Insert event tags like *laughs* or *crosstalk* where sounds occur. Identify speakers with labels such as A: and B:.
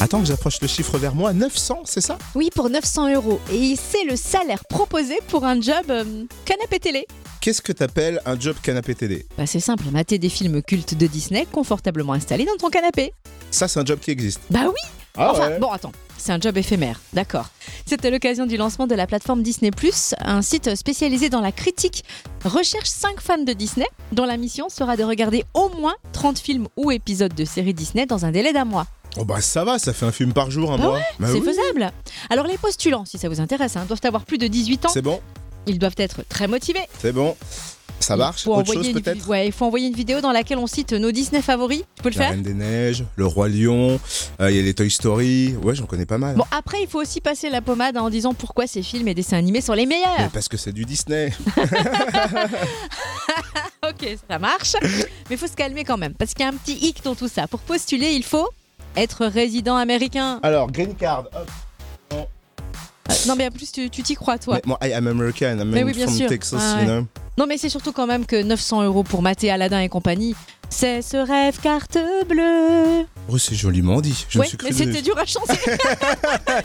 A: Attends que j'approche le chiffre vers moi. 900, c'est ça
B: Oui, pour 900 euros. Et c'est le salaire proposé pour un job euh, canapé télé.
A: Qu'est-ce que t'appelles un job canapé TD
B: Bah, c'est simple, mater des films cultes de Disney confortablement installés dans ton canapé.
A: Ça, c'est un job qui existe.
B: Bah oui
A: Ah
B: Enfin,
A: ouais
B: bon, attends, c'est un job éphémère, d'accord. C'était l'occasion du lancement de la plateforme Disney, un site spécialisé dans la critique. Recherche 5 fans de Disney, dont la mission sera de regarder au moins 30 films ou épisodes de séries Disney dans un délai d'un mois.
A: Oh bah ça va, ça fait un film par jour, un
B: Bah
A: mois. Bah
B: c'est
A: oui,
B: faisable Alors, les postulants, si ça vous intéresse, hein, doivent avoir plus de 18 ans.
A: C'est bon,
B: Ils doivent être très motivés.
A: c'est bon. Ça marche
B: Il faut
A: Autre
B: envoyer
A: chose
B: une-
A: peut-être Bah
B: Ouais, il faut envoyer une vidéo dans laquelle on cite nos Disney favoris. Tu peux le
A: La
B: faire
A: Reine des Neiges, Le Roi Lion, euh, il y a les Toy Story. Ouais, j'en connais pas mal.
B: Bon, après, il faut aussi passer la pommade hein, en disant pourquoi ces films et dessins animés sont les
A: Mais
B: meilleurs.
A: parce que c'est du Disney.
B: Ok,
A: *laughs*
B: ça marche. Mais faut se calmer quand même, parce qu'il y a un petit hic dans tout ça. Pour postuler, il faut être résident américain.
A: Alors, Green Card. hop.
B: Euh, Non, mais en plus, tu tu t'y crois, toi.
A: Mais moi, I am American. I'm
B: Mais oui, bien
A: from
B: sûr.
A: Texas,
B: Ah
A: you
B: ouais.
A: know.
B: Non, mais c'est surtout quand même que 900 euros pour mater Aladdin et compagnie, c'est ce rêve carte bleue.
A: Oh, c'est joliment dit. Je me
B: Ouais,
A: suis cru
B: mais
A: devenu-
B: c'était dur à chanter.